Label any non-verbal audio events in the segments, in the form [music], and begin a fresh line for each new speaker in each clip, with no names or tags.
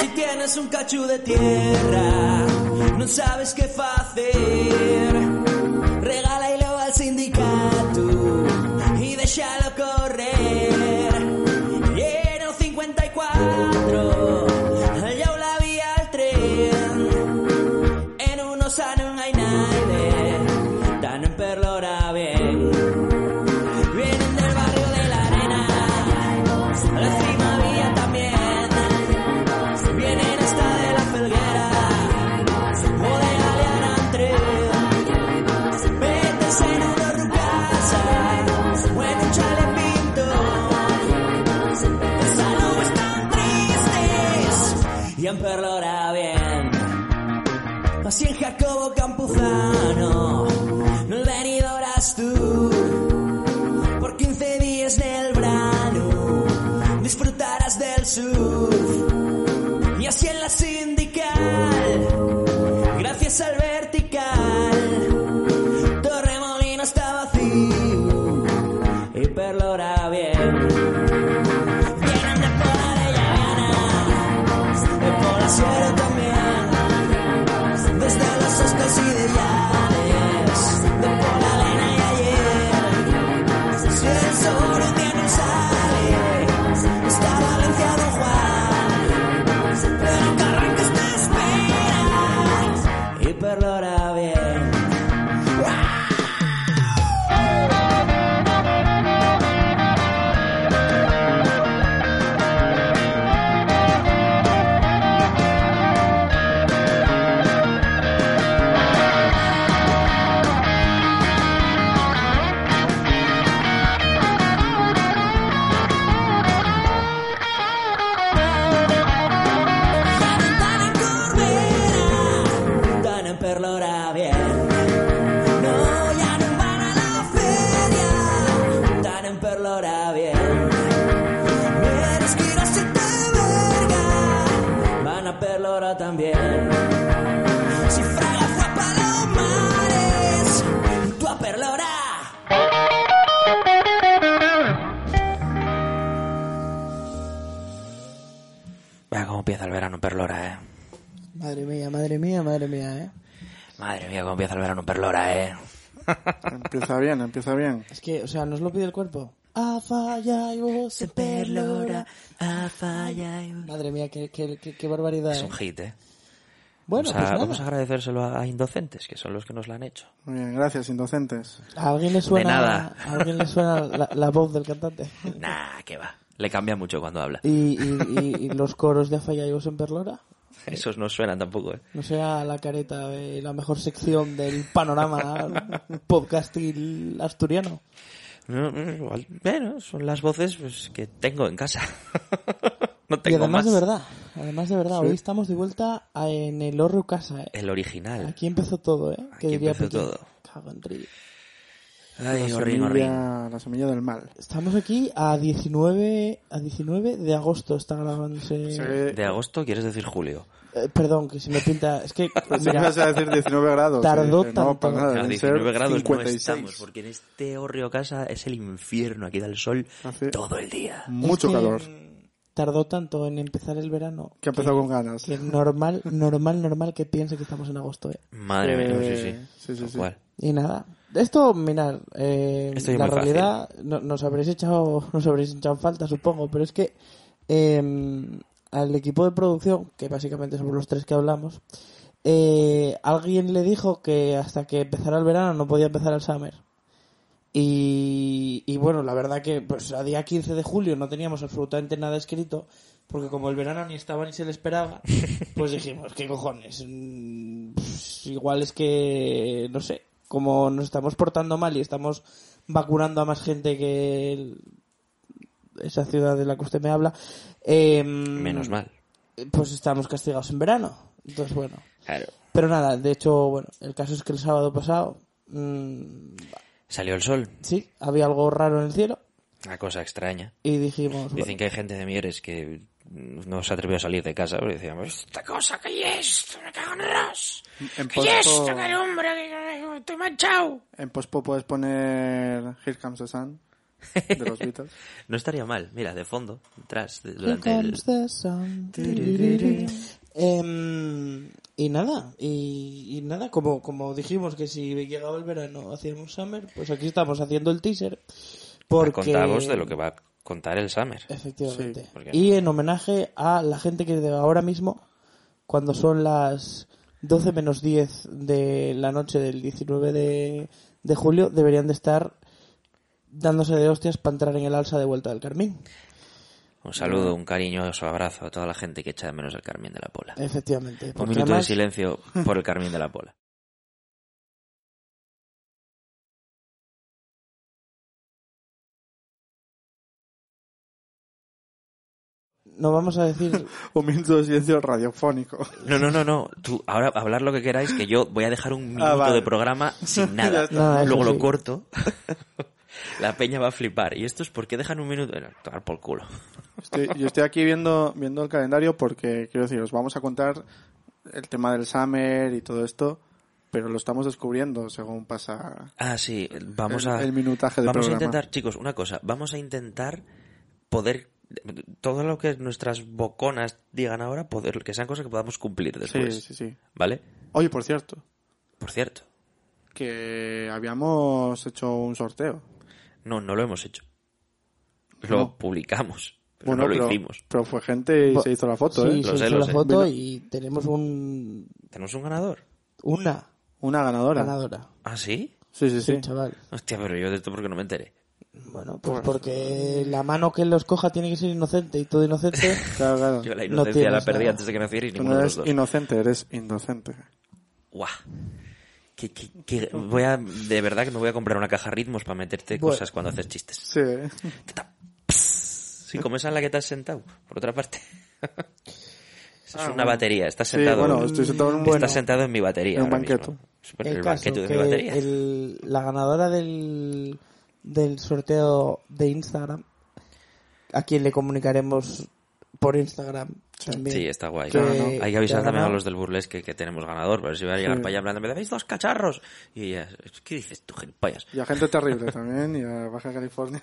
Si tienes un cacho de tierra, no sabes qué hacer. Regálalo al sindicato y déjalo correr. Lleno 54, allá la vía al tren. En unos años no hay nadie, tan emperlora bien. Vienen del barrio de la arena, a la cima vía también. Vienen hasta de la felguera, o de Galeana Antreda. Métense en una rucasa, o en un chalepinto. Esas nubes tan tristes, y emperlora bien. Así en Jacobo Campuzano, no venidoras tú. Por 15 días del verano disfrutarás del sur. Y así en la sindical, gracias al vertical, Torremolino está vacío y perlora bien. Vienen de Pola de Llaviana, de Pola Suero también, desde los hostos y de Llanes, de Pola Arena y ayer. Si el sol un día no sale, está Valencia Don Juan. Pero en Carrancas te espera y perlora bien. Tan en Corbera, tan en Perlora bien. No, ya no van a la feria, tan en Perlora bien. Pero es que no se te verga, van a Perlora también. Si Fraga fue a Palomares, tú a Perlora.
Vea cómo empieza el verano en Perlora, eh.
Madre mía, madre mía, madre mía, ¿eh?
Madre mía, cómo empieza el verano en Perlora, eh.
Empieza bien, empieza bien.
Es que, o sea, nos lo pide el cuerpo. A falla y vos en perlora.
a falla y...
Madre mía, qué, qué, qué, qué barbaridad.
Es
¿eh?
un hit, eh.
Bueno,
vamos,
pues
a,
nada.
vamos a agradecérselo a, a Indocentes, que son los que nos la han hecho.
Muy bien, gracias, indocentes.
¿A alguien le suena,
nada.
¿a alguien le suena la, la voz del
[laughs]
cantante?
Nah, que va. Le cambia mucho cuando habla.
¿Y, y, y- y los coros de A falla y vos en perlora?
[laughs] Esos no suenan tampoco, eh.
No sea la careta de la mejor sección del panorama podcastil asturiano.
No, no, igual. Bueno, son las voces pues, que tengo en casa. [laughs] no
Y
tengo más.
además de verdad, además de verdad, hoy estamos de vuelta a- en el horro casa, ¿eh?
El original.
Aquí empezó todo, ¿eh?
Aquí empezó todo.
Cago en Río.
Ay,
la,
horrín, horrín.
semilla, la semilla del mal.
Estamos aquí a 19, a 19 de agosto, está grabándose...
Se-
De agosto quieres decir julio.
Eh, perdón, que se me pinta... Es que,
Se
mira,
ibas a decir 19 grados.
Tardó
eh, que No,
tanto.
para nada,
A
deben ser
19 Ah, grados
56.
no estamos, porque en este horrio casa es el infierno. Aquí da el sol
Ah,
Hace
todo el día.
Mucho
es que,
calor.
mm, Tardó tanto en empezar el verano
Que ha empezado con ganas.
que normal, normal, normal que piense que estamos en agosto, ¿eh?
Madre mía,
Eh,
sí, sí.
sí, sí,
Tal
sí.
cual.
Y nada. Esto, mirad, eh,
Esto es
la
muy fácil.
realidad no- nos habréis echado, [laughs] nos habréis echado falta, supongo, pero es que eh, al equipo de producción, que básicamente somos los tres que hablamos, eh, alguien le dijo que hasta que empezara el verano no podía empezar el summer. Y, y bueno, la verdad que pues a día 15 de julio no teníamos absolutamente nada escrito, porque como el verano ni estaba ni se
[laughs]
le esperaba, pues dijimos, ¿qué cojones? Mm, pues, igual es que, no sé, como nos estamos portando mal y estamos vacunando a más gente que el- esa ciudad de la que usted me habla, eh,
Menos mal.
pues estamos castigados en verano. Entonces, bueno.
Claro.
Pero nada, de hecho, bueno, el caso es que el sábado pasado, mm,
Salió el sol,
sí, había algo raro en el cielo
una cosa extraña.
y dijimos, bueno,
Dicen que hay gente de Mieres que no se atrevió a salir de casa porque decían, esta cosa que es, me cago en Dios.
En
¿Qué es
pospo,
esto, que alumbra, que estoy manchado?
en pospo puedes poner Here Comes the Sun de
[laughs]
los Beatles.
No estaría mal, mira, de fondo, detrás, de-
Here
durante el...
comes the sun. Tiririri. Em, y nada, y, y nada, como, como dijimos que si llegaba el verano hacíamos summer, pues aquí estamos haciendo el teaser. Porque... Eh,
Contamos de lo que va a contar el Summer.
Efectivamente.
Sí,
porque-
y en homenaje a la gente que de ahora mismo, cuando son las 12 menos 10 de la noche del 19 de, de julio, deberían de estar dándose de hostias para entrar en el alza de vuelta del Carmín.
Un saludo, un cariñoso abrazo a toda la gente que echa de menos el Carmín de la Pola.
Efectivamente.
Un
Eh, porque
minuto de
además-
silencio por el Carmín de la Pola.
No vamos a
[laughs]
decir.
Un minuto de silencio radiofónico.
No, no, no, no. Tú, ahora hablar lo que queráis, que yo voy a dejar un minuto
Ah, vale.
de programa sin
[laughs] Ya
nada.
está.
Nada, eso
Luego
sí.
lo
[laughs]
corto. la peña va a flipar. ¿Y esto es por qué dejan un minuto? Bueno, tomar por culo.
Estoy- yo estoy aquí viendo, viendo el calendario porque, quiero decir, os vamos a contar el tema del Summer y todo esto, pero lo estamos descubriendo según pasa.
Ah, sí. Vamos
El-
a.
el minutaje del
Vamos
programa.
a intentar, chicos, una cosa. Vamos a intentar poder. Todo lo que nuestras boconas digan ahora, poder, que sean cosas que podamos cumplir
Sí,
después.
sí, sí.
¿Vale?
Oye, por cierto,
Por cierto.
que habíamos hecho un sorteo.
No, no lo hemos hecho. Lo
No.
publicamos. Pero no lo hicimos.
pero fue gente y
Bo-
se hizo la foto,
sí,
¿eh?
Lo
se hizo
sé, lo
la
sé.
foto
Bueno.
y tenemos un,
¿Tenemos un ganador?
una
Una ganadora.
ganadora.
¿Ah, sí?
Sí, sí, sí.
Sí, chaval.
Hostia, pero yo de esto porque no me enteré.
Bueno, pues porque la mano que los coja tiene que ser inocente y
[laughs]
todo inocente.
Claro, claro.
Yo la
No
inocencia la
tienes
perdí
nada.
antes de que nacierais
Tú
ninguno
no
de
eres
los dos.
inocente, eres indocente.
Guau. Que, que- que voy a, de verdad que me voy a comprar una caja ritmos para meterte
Bueno.
cosas cuando haces chistes.
Sí. ¿eh? [laughs]
Sí, como esa en la que te has sentado, por otra parte. [laughs] Esa es una
Ah, bueno.
batería, estás
Sí,
sentado.
bueno, estoy sentado en un-
Estás
bueno,
sentado en mi batería.
en un
ahora mismo.
banqueto.
Bueno, Pues el,
caso
banqueto de mi
que
batería.
el- la ganadora del, del sorteo de Instagram, a quien le comunicaremos por Instagram también.
Sí, está guay.
Que-
Hay que avisar
que ha
también a
ganado.
los del burlesque que tenemos ganador, pero si van a llegar para allá hablando, me debéis dos cacharros. Y ella, ¿qué dices tú, gilipollas?
Y a gente terrible también, y a
[laughs]
Baja California.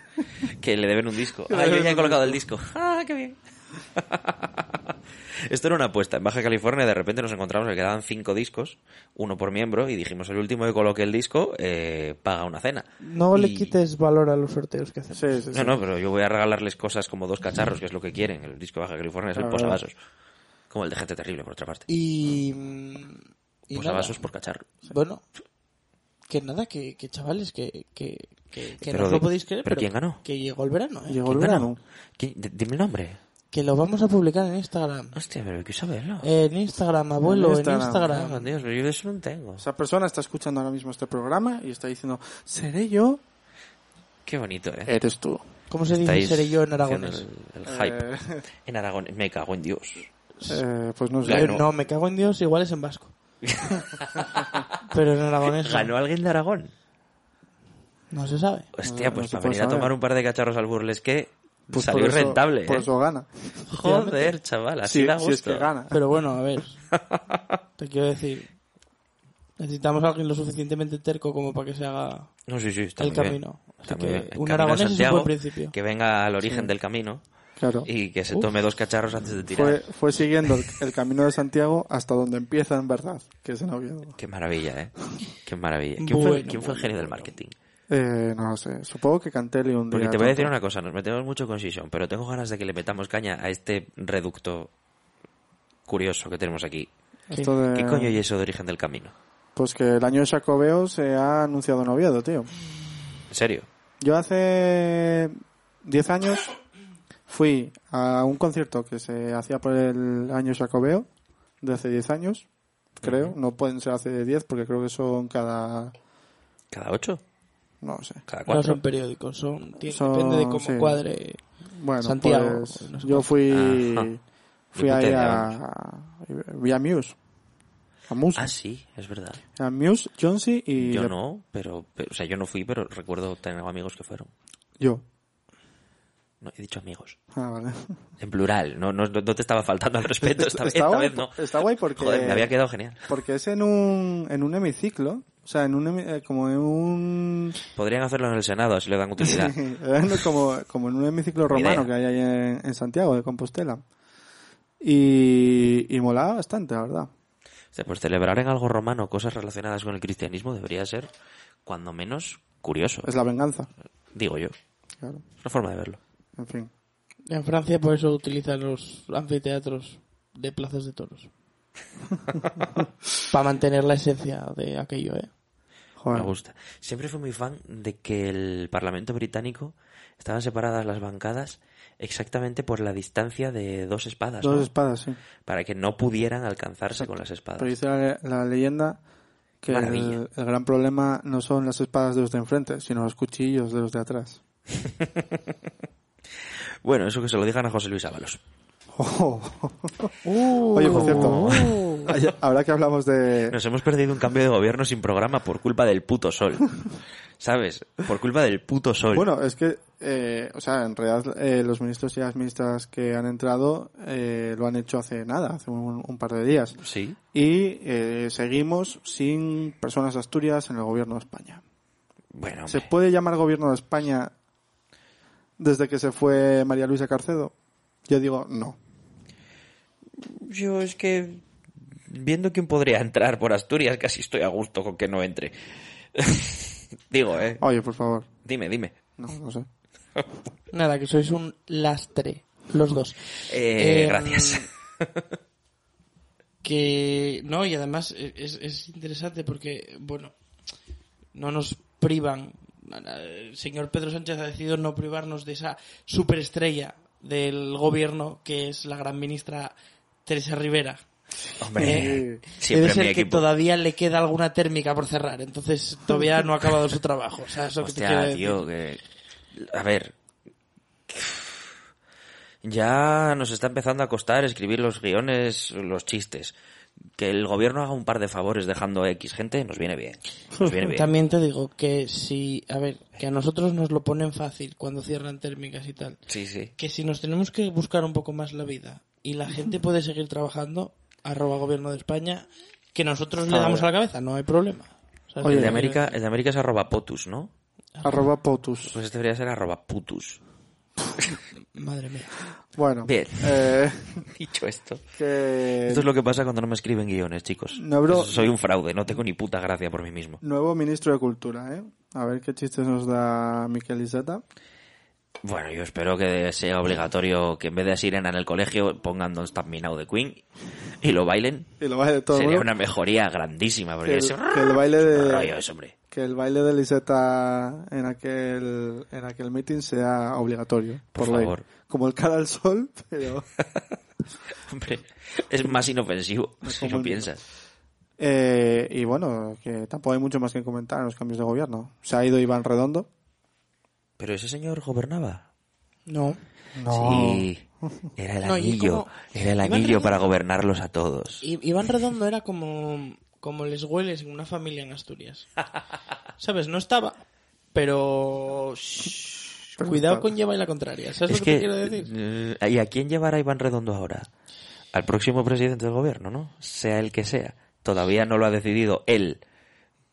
Que le deben un disco.
Le
Ah, yo
deben
ya he
un
colocado el disco. [laughs] Ah, qué bien. Esto era una apuesta. En Baja California de repente nos encontramos que quedaban cinco discos, uno por miembro, y dijimos el último que coloque el disco eh, paga una cena.
No le
Y-
quites valor a los sorteos que hacemos.
Sí, sí, sí.
No, no, pero yo voy a regalarles cosas como dos cacharros, que es lo que quieren. El disco de Baja California es el
Claro.
posavasos. Como el de gente terrible, por otra parte.
Y, mm, y nada.
Posavasos por cacharro.
Bueno, que nada, que, que chavales, que, que, que, que
Pero
no os lo
de-
podéis creer.
¿pero quién ganó?
Que llegó el verano, ¿eh?
Llegó el
¿Quién
verano.
ganó? ¿Quién? D- Dime el nombre.
Que lo vamos a publicar en Instagram.
Hostia, pero hay que saberlo.
En Instagram, abuelo, en
Ah. Instagram.
Instagram.
Ah, Dios, pero yo de eso no tengo.
Esa persona está escuchando ahora mismo este programa y está diciendo, ¿seré yo?
Qué bonito, ¿eh?
Eres tú.
¿Cómo se dice
Estáis
seré yo en
haciendo
aragonés?
El, el hype.
Eh, [laughs]
En Aragón, me cago en Dios.
eh, pues no sé.
Eh, no, me cago en Dios, igual es
[laughs]
en vasco. Pero en aragonés no.
¿Ganó alguien de Aragón?
no se sabe.
Hostia,
No, no
pues
se
para
puede
venir
saber.
a tomar un par de cacharros al burlesque
Pues
salió
por eso-
rentable.
Por
¿eh?
eso gana.
Joder, chaval, así
Sí,
da
si
gusto.
es que gana.
Pero bueno,
[laughs]
a ver. Te quiero decir. Necesitamos a alguien lo suficientemente terco como para que se haga
No, sí, sí, está
el
muy bien.
camino.
Está muy
Así que
bien. El
un
camino
aragonés es un
Santiago,
buen principio.
Que venga al origen del camino
Claro.
y que se tome dos cacharros antes de tirar.
Fue, fue siguiendo el, el camino de Santiago hasta donde empieza en verdad, que es en Oviedo.
Qué maravilla, ¿eh? Qué maravilla. ¿Quién, fue,
Bueno,
quién fue el genio del marketing?
Eh, no lo sé, supongo que Cantelli un día.
Porque te voy a decir
tonto.
una cosa, nos metemos mucho con Sison, pero tengo ganas de que le metamos caña a este reducto curioso que tenemos aquí.
Esto de-
¿Qué coño y eso de origen del camino?
Pues que el año de Jacobeo se ha anunciado en Oviedo, tío.
¿En serio?
Yo hace 10 años fui a un concierto que se hacía por el año Jacobeo, de hace 10 años, creo. No pueden ser hace 10 porque creo que son cada...
¿Cada ocho?
No lo sé.
Cada
No
cuatro.
son periódicos, son, tiene-
Son-
depende de cómo
sí.
cuadre.
Bueno,
Santiago,
pues,
no sé
yo
Ajá.
fui, fui
Ni puta
ahí
idea,
a, vi a Muse. A Muse.
Ah, sí, es verdad.
A Muse, Jonesy y
Yo
Le-
no, pero, pero- O sea, yo no fui, pero recuerdo tener amigos que fueron.
yo.
No, he dicho amigos.
Ah, vale.
En plural. No, no, no te estaba faltando al
[laughs]
respeto. Esta, vez-
está,
esta
guay,
vez no.
está guay porque,
Joder, me había quedado genial.
porque es en un, en un hemiciclo. O sea, en un, hemi- eh, como en un, eh,
Podrían hacerlo en el Senado, así le dan
[laughs]
utilidad.
como, como en un hemiciclo
Ni idea.
romano que hay ahí en, en Santiago de Compostela. Y, y molaba bastante, la verdad.
O sea, pues celebrar en algo romano cosas relacionadas con el cristianismo debería ser, cuando menos, curioso.
Es la venganza.
Digo yo.
Claro.
Es una forma de verlo.
En fin.
En Francia por eso utilizan los anfiteatros de plazas
[laughs]
de toros. Para mantener la esencia de aquello, ¿eh?
Joder.
Me gusta. Siempre fui muy fan de que el Parlamento británico estaban separadas las bancadas exactamente por la distancia de dos espadas.
Dos
¿no?
espadas, sí.
Para que no pudieran alcanzarse con las espadas.
Pero dice la, la leyenda que
Maravilla.
el, el gran problema no son las espadas de los de enfrente, sino los cuchillos de los de [laughs] atrás.
Bueno, eso que se lo digan a José Luis Ábalos.
Oh. Oye, por cierto, ay- [laughs] ahora que hablamos de...
Nos hemos perdido un cambio de gobierno sin programa por culpa del puto
[laughs]
sol. ¿Sabes? Por culpa del puto sol.
Bueno, es que, eh, o sea, en realidad eh, los ministros y las ministras que han entrado eh, lo han hecho hace nada, hace un, un par de días.
Sí.
Y eh, seguimos sin personas de Asturias en el gobierno de España.
Bueno,
¿Se
hombre.
puede llamar gobierno de España desde que se fue María Luisa Carcedo? Yo digo, no.
yo es que viendo quién podría entrar por Asturias, casi estoy a gusto con que no entre. [laughs] Digo, eh.
Oye, por favor.
Dime, dime.
No, no sé.
Nada, que sois un lastre, los dos.
Eh,
Em,
gracias.
Que no, y además e, es, es interesante porque, bueno, no nos privan. El señor Pedro Sánchez ha decidido no privarnos de esa superestrella del gobierno que es la gran ministra Teresa Rivera.
Hombre,
eh,
siempre
Debe
mi
ser que
equipo.
todavía le queda alguna térmica por cerrar, entonces todavía no ha acabado su trabajo. O sea, eso que te quiero
Hostia,
decir.
tío, que... A ver... Ya nos está empezando a costar escribir los guiones, los chistes. Que el gobierno haga un par de favores dejando a X gente nos viene bien. Nos
[laughs]
viene bien.
También te digo que si, a ver, que a nosotros nos lo ponen fácil cuando cierran térmicas y tal.
Sí, sí.
que si nos tenemos que buscar un poco más la vida y la gente puede seguir trabajando, arroba gobierno de España, que nosotros le damos a la cabeza, no hay problema. ¿Sabes
Oye,
lo
El Ah, de,
que quiero
América,
decir?
el de América es arroba potus, ¿no?
Arroba POTUS.
Pues este debería ser arroba putus. [laughs]
Madre mía.
Bueno,
Bien. [laughs]
eh,
Dicho esto.
Eh.
que
Esto es lo que pasa cuando no me escriben guiones, chicos.
No, bro.
Soy un fraude, no tengo ni puta gracia por mí mismo.
nuevo ministro de Cultura, ¿eh? A ver qué chistes nos da Miquel Iseta.
Bueno, yo espero que sea obligatorio que en vez de Sirena en el colegio pongan Don't Stop Me Now de Queen y lo bailen.
Y lo baile de todo el
Sería
mundo.
una mejoría grandísima. Porque
que,
ese-
el, que el baile
es un rollo
de
eso, hombre. [laughs]
que el baile de Liseta en aquel en aquel meeting sea obligatorio
Por
por, ley.
favor.
como el cara al sol [laughs] pero
Hombre, es más inofensivo si
como
lo
el-
piensas.
Eh, y bueno que tampoco hay mucho más que comentar en los cambios de gobierno se ha ido Iván Redondo
Pero ese señor gobernaba.
No.
Sí. Era el
No, y
anillo.
como-
Era el
Iván
anillo
Redondo-
para gobernarlos a todos.
I- Iván Redondo era como, como les hueles en una familia en Asturias. ¿Sabes? No estaba,
[laughs]
pero... shh,
Pero
cuidado
estaba.
con lleva y la contraria.
Es
¿Sabes lo que,
que...
te quiero decir?
eh, ¿Y a quién llevará Iván Redondo ahora? Al próximo presidente del gobierno, ¿no? Sea el que sea. Todavía no lo ha decidido él,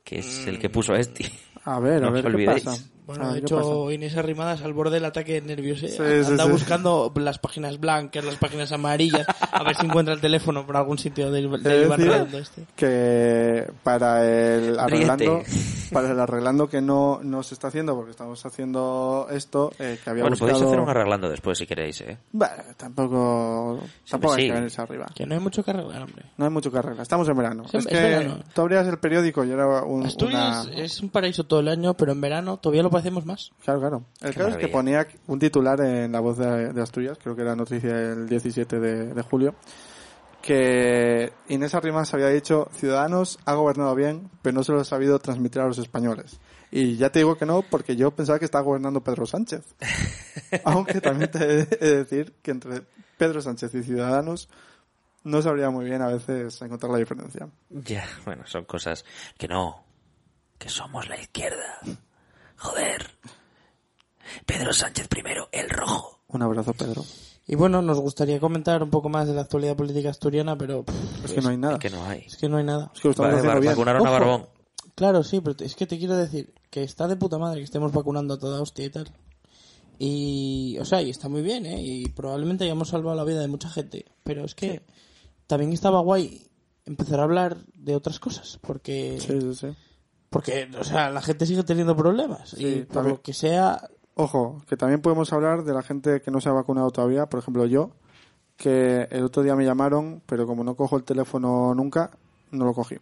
que es el que puso a este.
a ver a
No os
ver qué
olvidéis.
pasa A
Bueno,
ver
de
qué
hecho,
pasa.
Inés Arrimadas al borde del ataque nervioso. ¿eh?
Sí, sí,
Anda
sí.
buscando las páginas blancas, las páginas amarillas, a ver si encuentra el teléfono por algún sitio del, del
Es
Iván
decir,
Redondo este.
que para
[laughs]
el arreglando
Ríete.
para el arreglando que no, no se está haciendo porque estamos haciendo esto eh, que
[laughs]
había
Bueno,
buscado
podéis hacer un arreglando después si queréis, ¿eh?
Bah, tampoco tampoco hay
sí.
que venirse arriba
Que no hay mucho que arreglar, hombre.
no hay mucho que arreglar estamos en verano
Sí,
es,
es
que
verano.
tú abrías el periódico y era un,
Asturias
una-
es un paraíso todo el año, pero en verano todavía lo parecemos más.
claro claro el
Qué
caso es que ponía un titular en la voz de, de Asturias creo que era noticia el 17 de, de julio que Inés Arrimas había dicho Ciudadanos ha gobernado bien pero no se lo ha sabido transmitir a los españoles Y ya te digo que no, porque yo pensaba que estaba gobernando Pedro Sánchez.
[laughs]
Aunque también te he de decir que entre Pedro Sánchez y Ciudadanos no sabría muy bien a veces encontrar la diferencia.
Ya, bueno, son cosas que no. Que somos la izquierda. Joder. Pedro Sánchez primero, el rojo.
Un abrazo, Pedro.
Y bueno, nos gustaría comentar un poco más de la actualidad política asturiana, pero pff,
Es que no hay nada.
Pues Que no hay.
es que no hay nada.
Es que Ah. lo estamos
Vale,
haciendo
va-
bien.
vacunaron a
Ojo.
Barbón.
Claro, sí, pero te- es que te quiero decir que está de puta madre que estemos vacunando a toda hostia y tal. Y, o sea, y está muy bien, ¿eh? Y probablemente hayamos salvado la vida de mucha gente. Pero es que también estaba guay empezar a hablar de otras cosas, porque,
Sí, sí, sí.
porque o sea, la gente sigue teniendo problemas. y
Sí,
por
también.
lo que sea,
Ojo, que también podemos hablar de la gente que no se ha vacunado todavía, por ejemplo yo, que el otro día me llamaron, pero como no cojo el teléfono nunca, no lo cogí.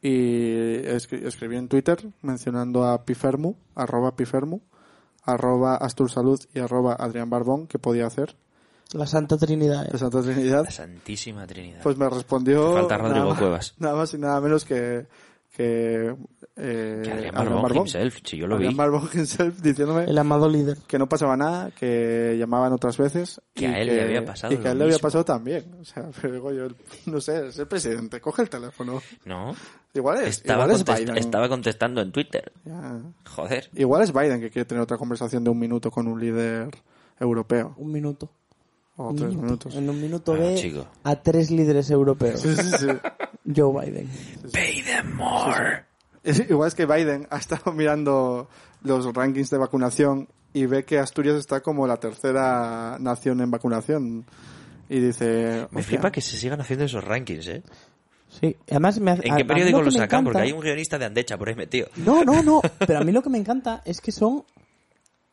Y escri- escribí en Twitter mencionando a Pifermu, arroba Pifermu, arroba Astursalud y arroba Adrián Barbón, que podía hacer,
la Santa Trinidad. ¿eh?
de Santa Trinidad.
La Santísima Trinidad.
Pues me respondió...
Te falta Rodrigo
nada más-
Cuevas.
Nada más y nada menos que... que, eh,
Que Adrián Barbón himself, si yo lo vi.
Adrián Barbón himself diciéndome
El amado líder.
que no pasaba nada, que llamaban otras veces.
Que a él le había pasado
Y que a él
lo
le había
mismo.
pasado también. O sea, [laughs] pero digo yo, no sé, es el presidente, coge el teléfono.
No.
Igual es,
Estaba,
igual es
contest-
Biden.
estaba contestando en Twitter.
Ya.
Joder.
Igual es Biden que quiere tener otra conversación de un minuto con un líder europeo.
Un minuto.
O
Un
Oh, tres
minuto.
minutos.
En un minuto
Ah,
ve
chico.
a tres líderes europeos.
Sí, sí, [laughs] sí.
Joe Biden.
Pay them more.
Es- igual es que Biden ha estado [laughs] mirando los rankings de vacunación y ve que Asturias está como la tercera nación en vacunación. Y dice...
Me
"Hostia,
flipa que se sigan haciendo esos rankings, ¿eh?
Sí, además me hace-
¿En
a-
qué
a mí
periódico
lo que
los
me
sacan?
encanta-
Porque hay un guionista de Andecha por ahí metido.
No, no, no. Pero a mí lo que me encanta es que son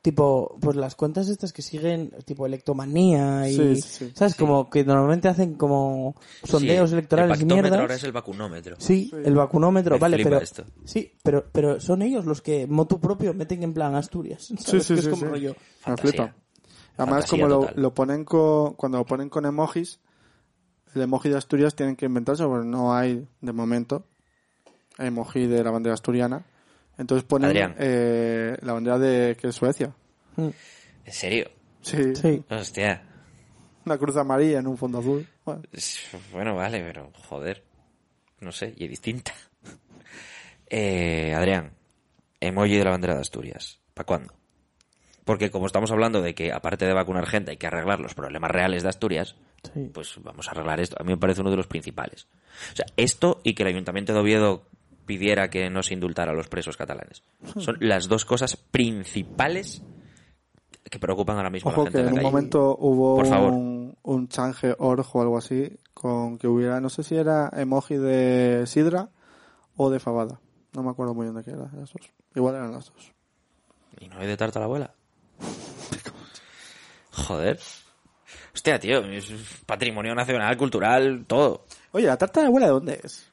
tipo, pues las cuentas estas que siguen tipo electomanía y
Sí, sí, sí.
sabes como que normalmente hacen como sondeos
Sí,
electorales
el
y
pactómetro
mierdas.
ahora es el vacunómetro.
Sí, el vacunómetro,
Me
vale,
flipa
pero
esto.
sí, pero pero son ellos los que motu propio meten en plan Asturias.
Sí,
¿sabes?
sí,
Que es
sí,
como
sí.
rollo.
Me
Fantasía.
flipa. Además,
Fantasía
como lo,
total.
lo ponen con, cuando lo ponen con emojis, el emoji de Asturias tienen que inventarse, porque no hay, de momento, emoji de la bandera asturiana. Entonces ponen
Adrián.
eh, la bandera de que es Suecia.
Mm,
¿En serio?
Sí,
Sí.
Hostia.
[laughs] Una cruz amarilla en un fondo azul. Bueno,
Bueno, vale, pero joder. No sé, y es distinta. [laughs] Eh, Adrián, emoji de la bandera de Asturias. ¿Para cuándo? Porque como estamos hablando de que aparte de vacunar gente hay que arreglar los problemas reales de Asturias,
Sí.
pues vamos a arreglar esto. A mí me parece uno de los principales. O sea, esto y que el Ayuntamiento de Oviedo pidiera que no se indultara a los presos catalanes.
Hmm.
Son las dos cosas principales que preocupan ahora mismo a
ojo
la gente
que
de la
en un
calle.
momento hubo
Por favor.
un, un change orjo o algo así, con que hubiera, no sé si era emoji de sidra o de fabada. No me acuerdo muy bien de qué eran las dos. Igual eran las dos.
¿Y no hay de tarta a la
[laughs]
abuela? Joder. Hostia, tío, es patrimonio nacional, cultural, todo.
Oye, ¿la tarta de abuela de dónde es?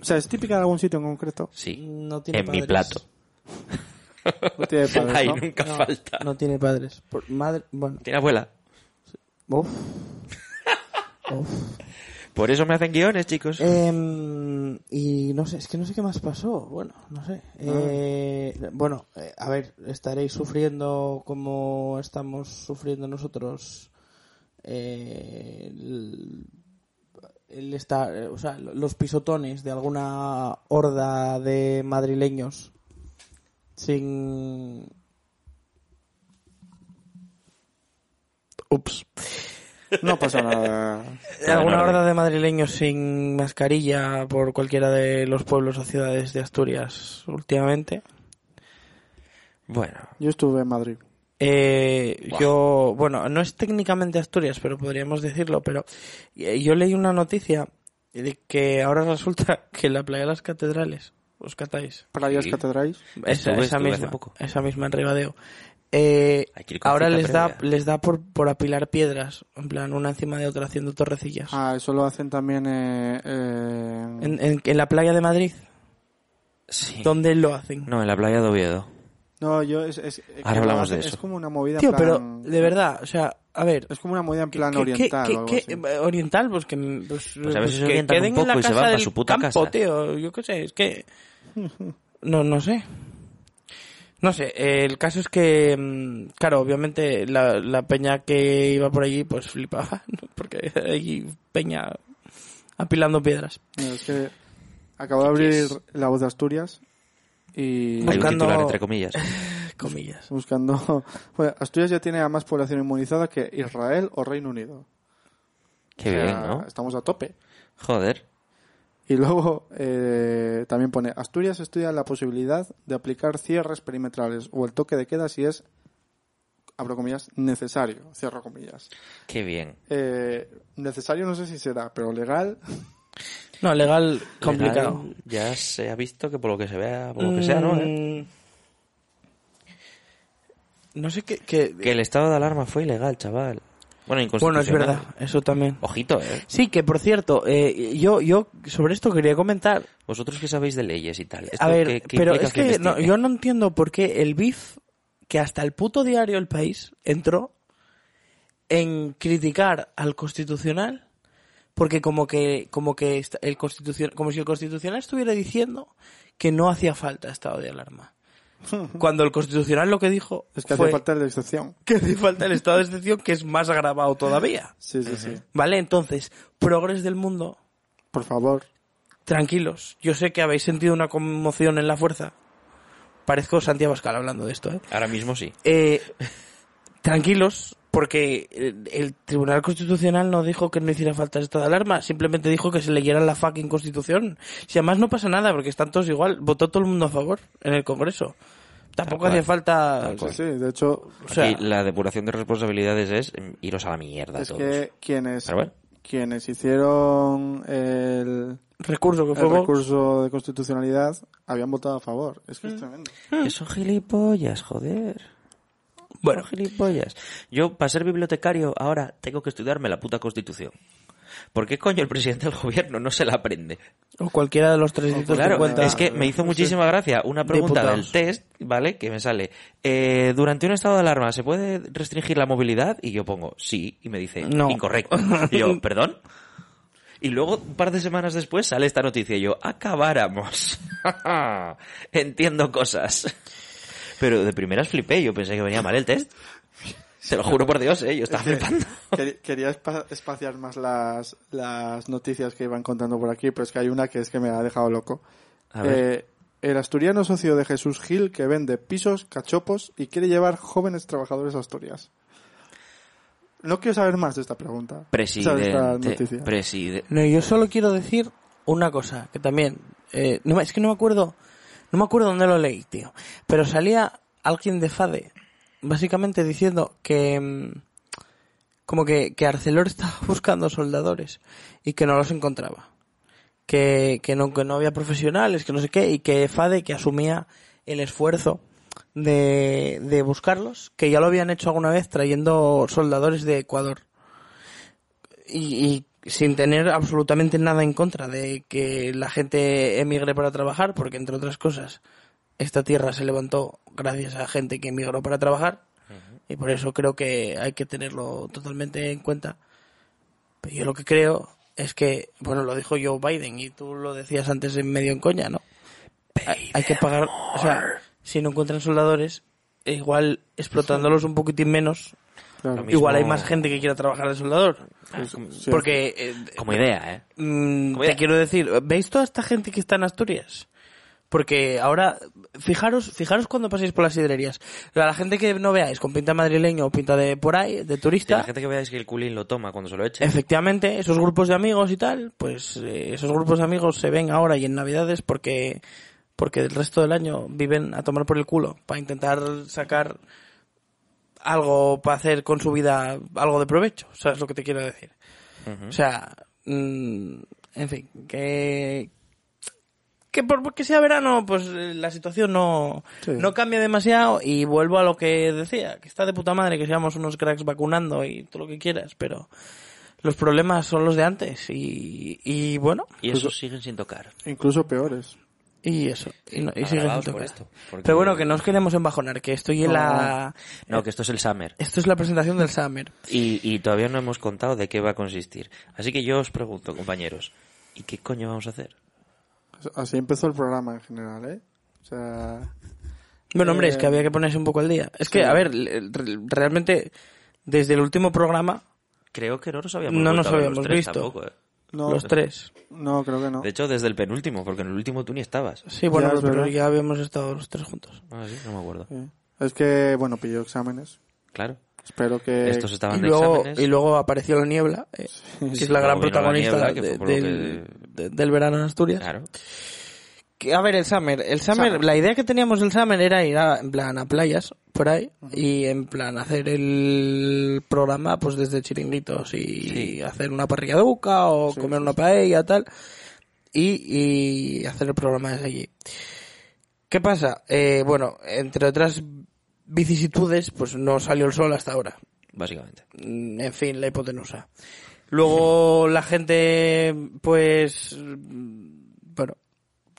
O sea, ¿es típica de algún sitio en
[laughs]
concreto?
Sí.
No tiene
en mi
padres.
plato.
No Pues
[laughs]
tiene padres,
Ay,
¿no?
nunca
No,
falta.
no tiene padres. Por- madre, bueno,
¿Tiene abuela?
uf. Uf.
Por eso me hacen guiones, chicos.
Eh. Em, y no sé, es que no sé qué más pasó. Bueno, no sé. Eh, bueno, eh, a ver, estaréis sufriendo como estamos sufriendo nosotros eh, el, el estar, eh, o sea, lo- los pisotones de alguna horda de madrileños sin. Ups.
No
[laughs]
pasa nada.
Todo en
Alguna
orden.
horda de madrileños sin mascarilla por cualquiera de los pueblos o ciudades de Asturias últimamente.
Bueno,
Yo estuve en Madrid.
Eh,
Buah.
yo, bueno, no es técnicamente Asturias, pero podríamos decirlo, pero eh, yo leí una noticia de que ahora resulta [laughs] que la playa de las catedrales, os catáis,
Playas
Sí.
catedrales.
Estuve-
esa, esa
estuve hace
misma,
poco.
esa misma en Ribadeo, eh,
Hay que ir con
ahora
cita
les da,
previa.
les da por, por apilar piedras, en plan una encima de otra haciendo torrecillas.
Ah, eso lo hacen también eh, eh,
En, en- en la playa de Madrid,
sí.
¿dónde lo hacen?
No, en la playa de Oviedo.
No, yo es, es- eh,
Ahora
que lo
hablamos de
hacen-
eso.
Es como una movida
Tío,
en
pero
plan-
de verdad, o sea, a ver.
Es como una movida en plan
¿qué- qué-
oriental
qué-
o algo
qué-
así.
eh, oriental, pues que, pues,
Pues a ver si
pues
se
que
orientan un
queden en la
poco y se
casa
van pa
del
su puta
[laughs]
campo,
casa.
tío. Yo qué sé, es que. No, no sé. No sé, eh, el caso es que, mm, claro, obviamente la, la peña que iba por allí pues flipaba, ¿no? [laughs] porque hay peña apilando piedras.
Mira, es que acabo de abrir la voz de Asturias y
Hay un
Buscando-
titular, entre
[laughs]
comillas.
Comillas.
buscando. [laughs] Bueno, Asturias ya tiene a más población inmunizada que Israel o Reino Unido.
Qué
O sea,
bien, ¿no?
Estamos a tope.
Joder.
Y luego eh, también pone, Asturias estudia la posibilidad de aplicar cierres perimetrales o el toque de queda si es, abro comillas, necesario, cierro comillas.
Qué bien.
Eh, necesario no sé si será, pero legal, [laughs]
No, legal complicado.
Legal, Ya se ha visto que por lo que se vea, por lo que sea, ¿no? ¿Eh?
Mm. No sé qué... qué-
Que el estado de alarma fue ilegal, chaval. Bueno,
Bueno,
inconstitucional.
es verdad, eso también.
Ojito, ¿eh?
Sí, que por cierto, eh, yo, yo sobre esto quería comentar.
Vosotros que sabéis de leyes y tal. ¿Esto
A ver,
qué- qué
pero es que
implicaciones
no-
tiene?
yo no entiendo por qué el BIF, que hasta el puto diario El País entró en criticar al constitucional, porque como que, como que esta- el constitucion- como si el constitucional estuviera diciendo que no hacía falta estado de alarma. Cuando el constitucional lo que dijo
es que
fue
hace falta la excepción.
que hace falta el estado de excepción, que es más agravado todavía.
Sí, sí, sí.
¿Vale? Entonces, progres del mundo,
Por favor.
tranquilos. Yo sé que habéis sentido una conmoción en la fuerza. Parezco Santiago Pascal hablando de esto, ¿eh?
Ahora mismo sí.
Eh, tranquilos, porque eh, el Tribunal Constitucional no dijo que no hiciera falta el estado de alarma, simplemente dijo que se leyera la fucking Constitución. Si además no pasa nada, porque están todos igual, votó todo el mundo a favor en el Congreso. Tampoco
cual.
hacía falta...
Tal cual.
Sí, de hecho,
O sea,
Aquí la depuración de responsabilidades es mm, iros a la mierda
es
todos.
que quienes,
Pero bueno.
quienes hicieron el,
recurso que
el
fue... Vox.
recurso de constitucionalidad habían votado a favor. Es
Mm.
que es tremendo.
Que son gilipollas, joder.
Bueno,
Son gilipollas. Yo, para ser bibliotecario, ahora tengo que estudiarme la puta constitución. ¿Por qué coño el presidente del gobierno no se la aprende?
o cualquiera de los 350...
Claro, es que me hizo muchísima gracia una pregunta
Diputados.
del test, ¿vale? Que me sale, eh, durante un estado de alarma, ¿se puede restringir la movilidad? Y yo pongo, sí, y me dice,
No.
incorrecto. Y
[laughs]
yo, ¿perdón? Y luego, un par de semanas después, sale esta noticia y yo, acabáramos. [laughs] Entiendo cosas. Pero de primeras flipé, yo pensé que venía mal el test. Se lo juro por Dios, ¿eh? Yo estaba flipando.
Quer- Quería espa- espaciar más las, las noticias que iban contando por aquí, pero es que hay una que es que me ha dejado loco.
A ver.
Eh, el asturiano socio de Jesús Gil que vende pisos, cachopos y quiere llevar jóvenes trabajadores a Asturias. No quiero saber más de esta pregunta. O sea, de esta
Presidente,
noticia.
presidente.
No, yo solo quiero decir una cosa, que también, eh, no me- es que no me acuerdo, no me acuerdo dónde lo leí, tío, pero salía alguien de Fade, básicamente diciendo que, mm, como que, que Arcelor [laughs] estaba buscando soldadores y que no los encontraba, que, que, no, que no había profesionales, que no sé qué, y que Fade que asumía el esfuerzo de, de buscarlos, que ya lo habían hecho alguna vez trayendo soldadores de Ecuador y, y sin tener absolutamente nada en contra de que la gente emigre para trabajar, porque entre otras cosas, esta tierra se levantó gracias a gente que emigró para trabajar, y por eso creo que hay que tenerlo totalmente en cuenta. Pero yo lo que creo es que, bueno, lo dijo Joe Biden y tú lo decías antes en medio en coña, ¿no? Hay, hay que pagar, o sea, si no encuentran soldadores, igual explotándolos un poquitín menos,
Claro,
Lo mismo-
igual hay más gente que quiera trabajar de soldador. Ah,
sí.
Porque eh,
Como idea, ¿eh?
Mm,
Como
te
era.
quiero decir, ¿veis toda esta gente que está en Asturias? Porque ahora, fijaros, fijaros cuando paséis por las sidrerías. A la gente que no veáis con pinta madrileño o pinta de por ahí, de
Si
turista,
la gente que veáis que el culín lo toma cuando se lo eche.
efectivamente, esos grupos de amigos y tal, pues eh, esos grupos de amigos se ven ahora y en Navidades porque, porque el resto del año viven a tomar por el culo para intentar sacar algo para hacer con su vida, algo de provecho. ¿Sabes lo que te quiero decir? O sea, mm, en fin, que que por porque sea verano, pues eh, la situación no,
Sí.
no cambia demasiado y vuelvo a lo que decía, que está de puta madre que seamos unos cracks vacunando y todo lo que quieras, pero los problemas son los de antes y, y bueno,
Y esos siguen sin tocar.
Incluso peores.
y eso, y, no- y
Agradaos
sigue sin
por
tocar.
esto, porque-
Pero bueno, que no os queremos embajonar, que estoy en la...
No, que esto es el Summer.
Esto es la presentación del Summer.
Y, y todavía no hemos contado de qué va a consistir. Así que yo os pregunto, compañeros, ¿y qué coño vamos a hacer?
Así empezó el programa en general, ¿eh? O sea,
Bueno, hombre,
Eh,
es que había que ponerse un poco al día. Es que, a ver, le- re- realmente, desde el último programa,
Creo que no nos habíamos,
No
vuelto
nos
a ver
habíamos
los tres
visto.
tampoco, ¿eh?
No,
los tres.
no, creo que no.
De hecho, desde el penúltimo, porque en el último tú ni estabas.
Sí, bueno,
Ya, es
pero
verdad.
ya habíamos estado los tres juntos.
Ah, sí, no me acuerdo.
Eh,
Sí. Es que, bueno, pilló exámenes.
Claro.
Espero que...
Estos estaban
eh, Y
de
luego,
exámenes.
y luego apareció la niebla, eh, que es la
luego
gran
vino la
protagonista
niebla, que
de-
fue por lo
del,
que-
de- del verano en Asturias.
Claro.
Que, a ver, el Summer. El summer,
Summer.
la idea que teníamos del Summer era ir a, en plan, a playas por ahí y en plan hacer el programa pues desde chiringuitos y
Sí.
hacer una parrilladuca o
Sí,
comer
sí,
una paella tal y, y hacer el programa desde allí. ¿Qué pasa? Eh, bueno, entre otras vicisitudes pues no salió el sol hasta ahora
Básicamente.
mm, en fin, la hipotenusa. Luego la gente, pues, mm, bueno,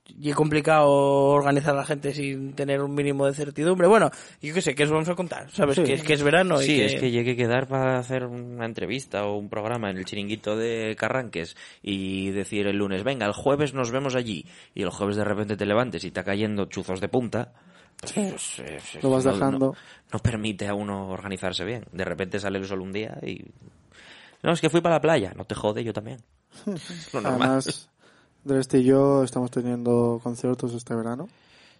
y es complicado organizar a la gente sin tener un mínimo de certidumbre. Bueno, yo qué sé, ¿qué os vamos a contar? ¿Sabes?
Sí.
Que, es que es verano y
sí,
que...
es que llegué a quedar para hacer una entrevista o un programa en el chiringuito de Carranques y decir el lunes, venga, el jueves nos vemos allí. Y el jueves de repente te levantes y está cayendo chuzos de punta. pues, eh,
Lo vas
no-
dejando.
No, no permite a uno organizarse bien. De repente sale el sol un día y... No, es que fui para la playa. No te jode, yo también. Lo [laughs] normal.
[laughs] Además, Dreste y yo estamos teniendo conciertos este verano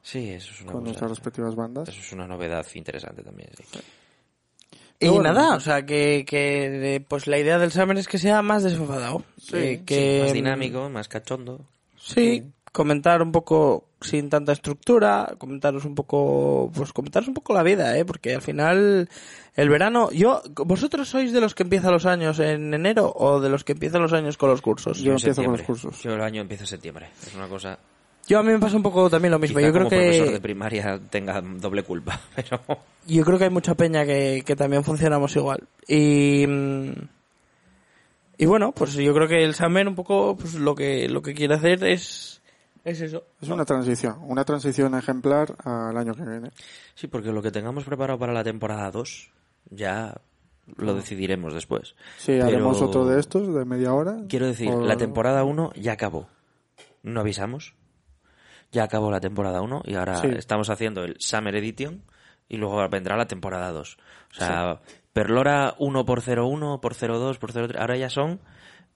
Sí, eso es una
con
cosa-
nuestras respectivas bandas.
Eso pues es una novedad interesante también. sí.
Y
Pero bueno.
nada, o sea, que, que eh, pues la idea del Summer es que sea más desenfadado. que,
Eh,
que,
Más
mm,
dinámico, más cachondo.
Sí, comentar un poco sin tanta estructura, comentaros un poco, pues comentaros un poco la vida, ¿eh? Porque al final el verano, yo, ¿vosotros sois de los que empiezan los años en enero o de los que empiezan los años con los cursos?
Yo
En
empiezo con los
septiembre.
cursos.
Yo el año empiezo en septiembre. Es una cosa.
Yo a mí me pasa un poco también lo mismo.
quizá
Yo creo
como profesor
que
de primaria tenga doble culpa, [laughs] pero
yo creo que hay mucha peña que, que también funcionamos igual y mm, y bueno, pues yo creo que el Summer un poco pues lo que lo que quiere hacer es es eso.
Es una transición, una transición ejemplar al año que viene.
sí, porque lo que tengamos preparado para la temporada 2 ya lo decidiremos después.
Sí,
Pero
haremos otro de estos de media hora.
Quiero decir,
O-
la temporada 1 ya acabó. No avisamos. Ya acabó la temporada 1 y ahora
Sí.
estamos haciendo el Summer Edition y luego vendrá la temporada 2. O sea, Perlora 1 por 01, por 02, por 03. Ahora ya son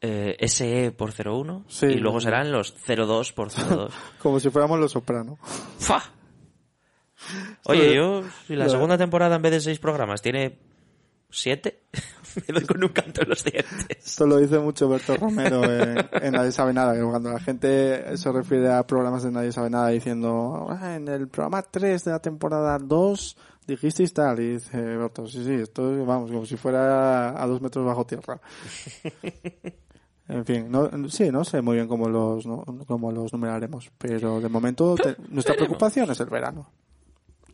eh, SE por 01
Sí,
y luego
sí.
serán los 02 por
[laughs]
02.
Como si fuéramos los soprano.
¡Fa! Oye,
Esto-
yo, si la
lo-
segunda temporada en vez de 6 programas tiene 7, [laughs] me doy con un canto en los dientes.
Esto lo dice mucho Berto Romero en, en Nadie Sabe Nada, que cuando la gente se refiere a programas de Nadie Sabe Nada diciendo, "Ah, en el programa 3 de la temporada 2 dijisteis tal, y dice Berto, sí, sí, esto es, vamos, como si fuera a dos metros bajo tierra. En fin, no, sí, no sé muy bien cómo los, no- cómo los numeraremos, pero de momento te- nuestra preocupación es el verano.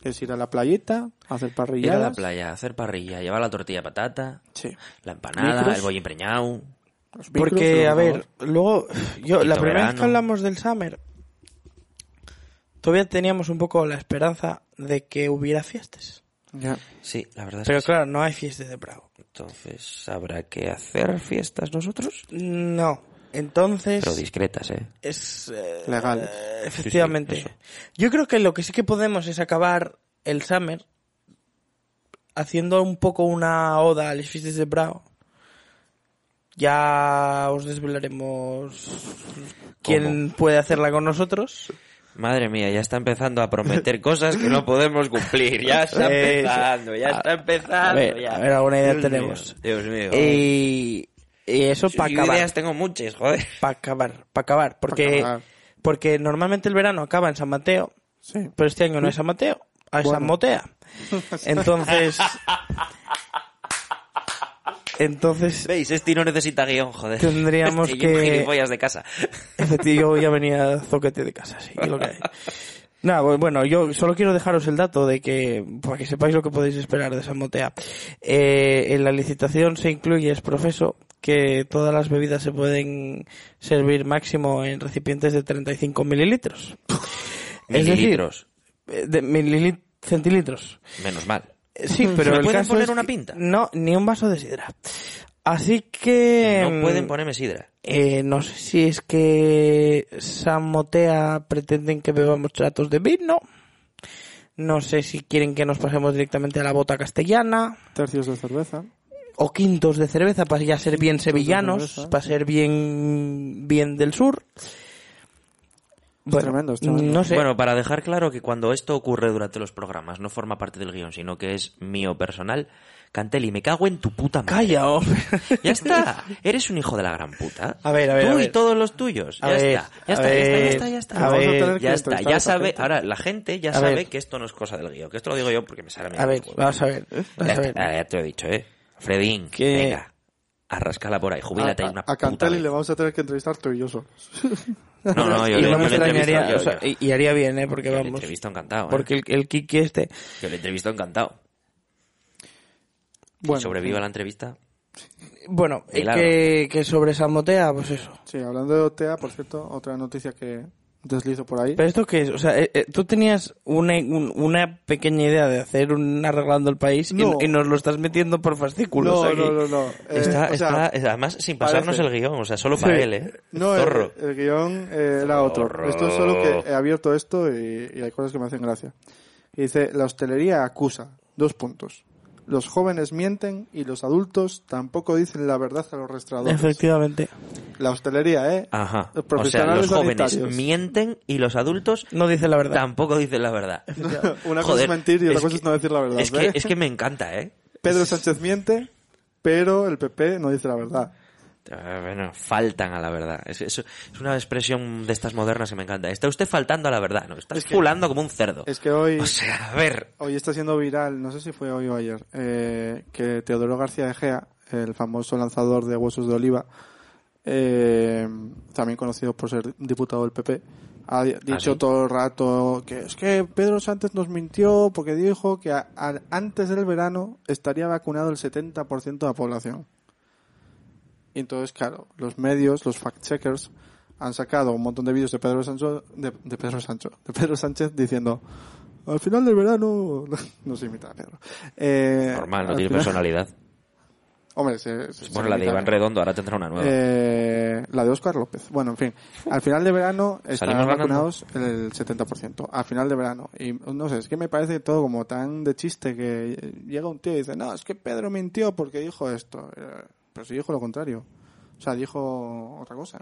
Es ir a la playita, hacer
Ir a la
parrilladas.
playa, hacer parrilla, llevar la tortilla de patata,
Sí.
la empanada,
Micros.
el bollo empreñado.
Los micros,
Porque,
el
a
ordenador.
ver, luego, yo,
Quito
la primera vez
verano.
que hablamos del Summer, todavía teníamos un poco la esperanza de que hubiera fiestas.
Ya.
Sí, la verdad es
Pero
que sí.
claro, no hay fiestas de Prado.
entonces habrá que hacer fiestas nosotros.
No. Entonces,
Pero discretas, ¿eh?
es... eh,
Legal.
eh, Efectivamente.
Sí, sí, eso.
yo creo que lo que sí que podemos es acabar el Summer haciendo un poco una oda a las fiestas de Prado. Ya os desvelaremos quién puede hacerla con nosotros.
Madre mía, ya está empezando a prometer [laughs] cosas que no podemos cumplir.
[laughs]
Ya está
Eh,
empezando, ya está empezando.
a ver,
ya.
a ver, alguna idea
Dios
tenemos.
mío, Dios mío.
Y, y eso
Yo
para acabar.
ideas tengo muchas, joder.
Para acabar, para acabar. Porque,
acabar.
porque normalmente el verano acaba en San Mateo,
Sí.
pero este año no es San Mateo, es
Bueno. [laughs]
San Motea. Entonces. entonces,
¿Veis? Este no necesita guión, joder.
Tendríamos
Este [laughs] y un
que-
gilipollas de casa.
efectivamente, yo ya venía zoquete de casa, sí, es lo que hay. Nada, bu- bueno, yo solo quiero dejaros el dato de que, para que sepáis lo que podéis esperar de San Motea. Eh, en la licitación se incluye, es profeso, que todas las bebidas se pueden servir máximo en recipientes de 35 mililitros. Es decir,
Mililitros.
eh, de mililit- centilitros.
Menos mal.
Eh, Sí, pero
¿Me
el
pueden
caso
poner
es
una
que-
pinta?
No, ni un vaso de sidra. Así que...
No pueden
mm,
ponerme sidra.
eh, no sé si es que San Motea pretenden que bebamos tratos de vino. No sé si quieren que nos pasemos directamente a la bota castellana
Tercios de cerveza.
o quintos de cerveza para ya ser bien sevillanos,
cerveza,
para ser bien bien del sur.
tremendo, este es tremendo.
No sé.
Bueno, para dejar claro que cuando esto ocurre durante los programas no forma parte del guión, sino que es mío personal, Canteli, me cago en tu puta madre.
Calla, hombre.
Ya está. Eres un hijo de la gran puta.
A ver, a ver,
Tú
a
y
ver.
todos los tuyos. [laughs]
A
ya,
ver,
está. Ya,
a
está, ya está. Ya
ver,
está, ya
a
está,
ver.
ya está. Ya está,
que entrevistar a
ya
esta
sabe.
gente.
Ahora, la gente ya
A
sabe
ver.
que esto no es cosa del guión. Que esto lo digo yo porque me sale a mí.
A ver, vamos a ver.
Ya,
Vamos a
está,
ver.
ya te lo he dicho, eh. Fredín,
Que-
venga. Arrascala por ahí. Jubílate
a,
una
a
puta
Cantelli
vez.
le vamos a tener que entrevistar tú y yo solos.
No, no, eh, yo
y
le-
no me
yo le entrevisto,
extrañaría,
yo-
o sea,
yo-
y, y haría bien, ¿eh? Porque
yo le
vamos.
entrevisto encantado. eh.
Porque el, el Kiki este.
Yo le entrevisto encantado.
Bueno, eh,
Sobreviva la entrevista.
Bueno, eh,
Milagro.
que, que sobre Salmotea, pues eso.
Sí, hablando de OTEA, por cierto, otra noticia que deslizo por ahí.
Pero esto que es, o sea, eh, eh, tú tenías una, un- una pequeña idea de hacer un arreglando el país y-
No.
y, nos lo estás metiendo por fascículos
No,
aquí.
no, no, no. Eh,
está,
o sea,
está- es- además, sin pasarnos
parece.
el guión, o sea, solo para
Sí.
él, ¿eh?
No, el,
Zorro.
el guión eh, era otro.
Zorro.
Esto es solo que he abierto esto y, y hay cosas que me hacen gracia. Y dice, la hostelería acusa. Dos puntos. Los jóvenes mienten y los adultos tampoco dicen la verdad a los restauradores.
Efectivamente.
La hostelería, ¿eh?
Ajá.
Los
O sea,
profesionales
los jóvenes
sanitarios.
mienten y los adultos
No dice la verdad.
tampoco dicen la verdad.
[laughs] Una cosa
Joder,
es mentir y otra
es
cosa es
que-
no decir la verdad.
Es que,
¿eh?
es que me encanta, ¿eh?
Pedro Sánchez miente, pero el PP no dice la verdad.
Eh, Bueno, faltan a la verdad. Es, es- es una expresión de estas modernas que me encanta. Está usted faltando a la verdad, ¿no? Estás
Es que-
pulando como un cerdo.
Es que hoy...
O sea, a ver.
Hoy está siendo viral, no sé si fue hoy o ayer, eh, que Teodoro García Egea, el famoso lanzador de Huesos de Oliva, eh, también conocido por ser diputado del PP, ha di- dicho
¿Ah, sí?
todo el rato que es que Pedro Sánchez nos mintió porque dijo que a- al- antes del verano estaría vacunado el 70% de la población. Y entonces, claro, los medios, los fact-checkers, han sacado un montón de vídeos de Pedro Sancho, de, de Pedro Sancho, de Pedro Sánchez diciendo al final del verano [laughs] no se imita a Pedro. Eh,
Normal, no
al
tiene
final- [laughs]
personalidad.
Hombre, se, se-
Bueno,
se
la de
imita.
Iván Redondo ahora tendrá una nueva.
Eh, la de Oscar López. Bueno, en fin. Al final de verano estarán
[laughs] Salimos ganando.
vacunados el 70%. Al final de verano. Y no sé, es que me parece todo como tan de chiste que llega un tío y dice, no, es que Pedro mintió porque dijo esto. Eh, Pero si dijo lo contrario. O sea, dijo otra cosa.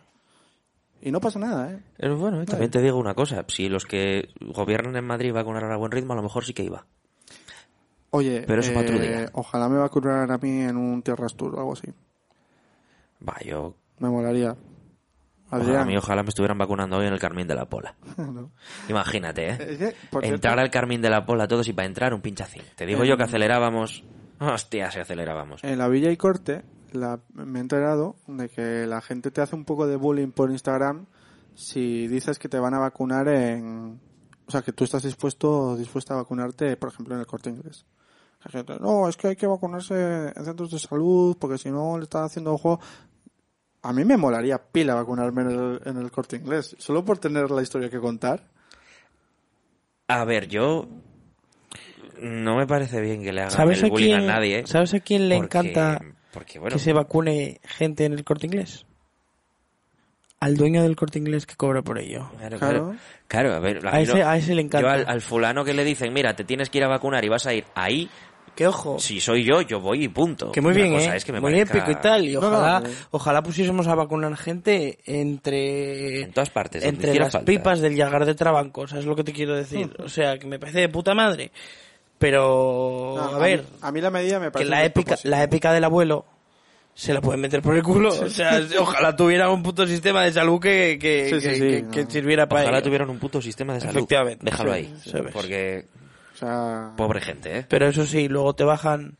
Y no pasa nada, ¿eh?
Eh, Bueno, eh, también te digo una cosa. Si los que gobiernan en Madrid vacunaran a buen ritmo, a lo mejor sí que iba.
Oye,
Pero eso
eh,
pa' otro día.
ojalá me vacunaran a mí en un Tierras Tour o algo así.
Va, yo...
Me molaría.
ojalá, a
Adrián.
mí ojalá me estuvieran vacunando hoy en el Carmín de la Pola.
[laughs] No.
Imagínate, ¿eh?
Es que, por cierto- Eh,
entrar al Carmín de la Pola todos y para entrar un pinchacín. Te digo yo que acelerábamos... Hostia, se acelerábamos.
En la Villa y Corte la, me he enterado de que la gente te hace un poco de bullying por Instagram si dices que te van a vacunar en... O sea, que tú estás dispuesto o dispuesta a vacunarte, por ejemplo, en el corte inglés. La gente, no, es que hay que vacunarse en centros de salud porque si no le están haciendo ojo. A mí me molaría pila vacunarme en el, en el corte inglés, solo por tener la historia que contar.
A ver, yo... No me parece bien que le hagan
¿Sabes
el
a
bullying
quién-
a nadie. ¿eh?
sabes a quién le
porque-
encanta
Porque, bueno,
que se vacune gente en el corte inglés. Al dueño del corte inglés que cobra por ello.
Claro,
Claro.
claro. Claro, a ver,
A
mí
ese- a ese le encanta.
Yo al, al fulano que le dicen, mira, te tienes que ir a vacunar y vas a ir ahí,
Que ojo,
si soy yo, yo voy y punto.
Oh. que muy
Otra
bien,
cosa
¿eh?
es que me
muy bien,
parezca-
pico y tal. Y
No, no,
ojalá,
no.
ojalá pusiésemos a vacunar gente entre...
En todas partes, donde
Entre
hiciera
las
falta.
pipas del Llagar de Trabanco, ¿sabes lo que te quiero decir? O sea, que me parece de puta madre. Pero,
No,
a ver...
mí- a mí la medida me
que
parece...
la épica,
despropósito.
la épica del abuelo se la pueden meter por el culo. O sea, ojalá tuviera un puto sistema de salud que, que,
Sí, sí,
que-
sí,
que-
no.
que sirviera para
Ojalá
ello.
tuvieran un puto sistema de salud.
Efectivamente.
Déjalo
Sí,
ahí.
sabes.
Porque,
O sea,
pobre gente, ¿eh?
Pero eso sí, luego te bajan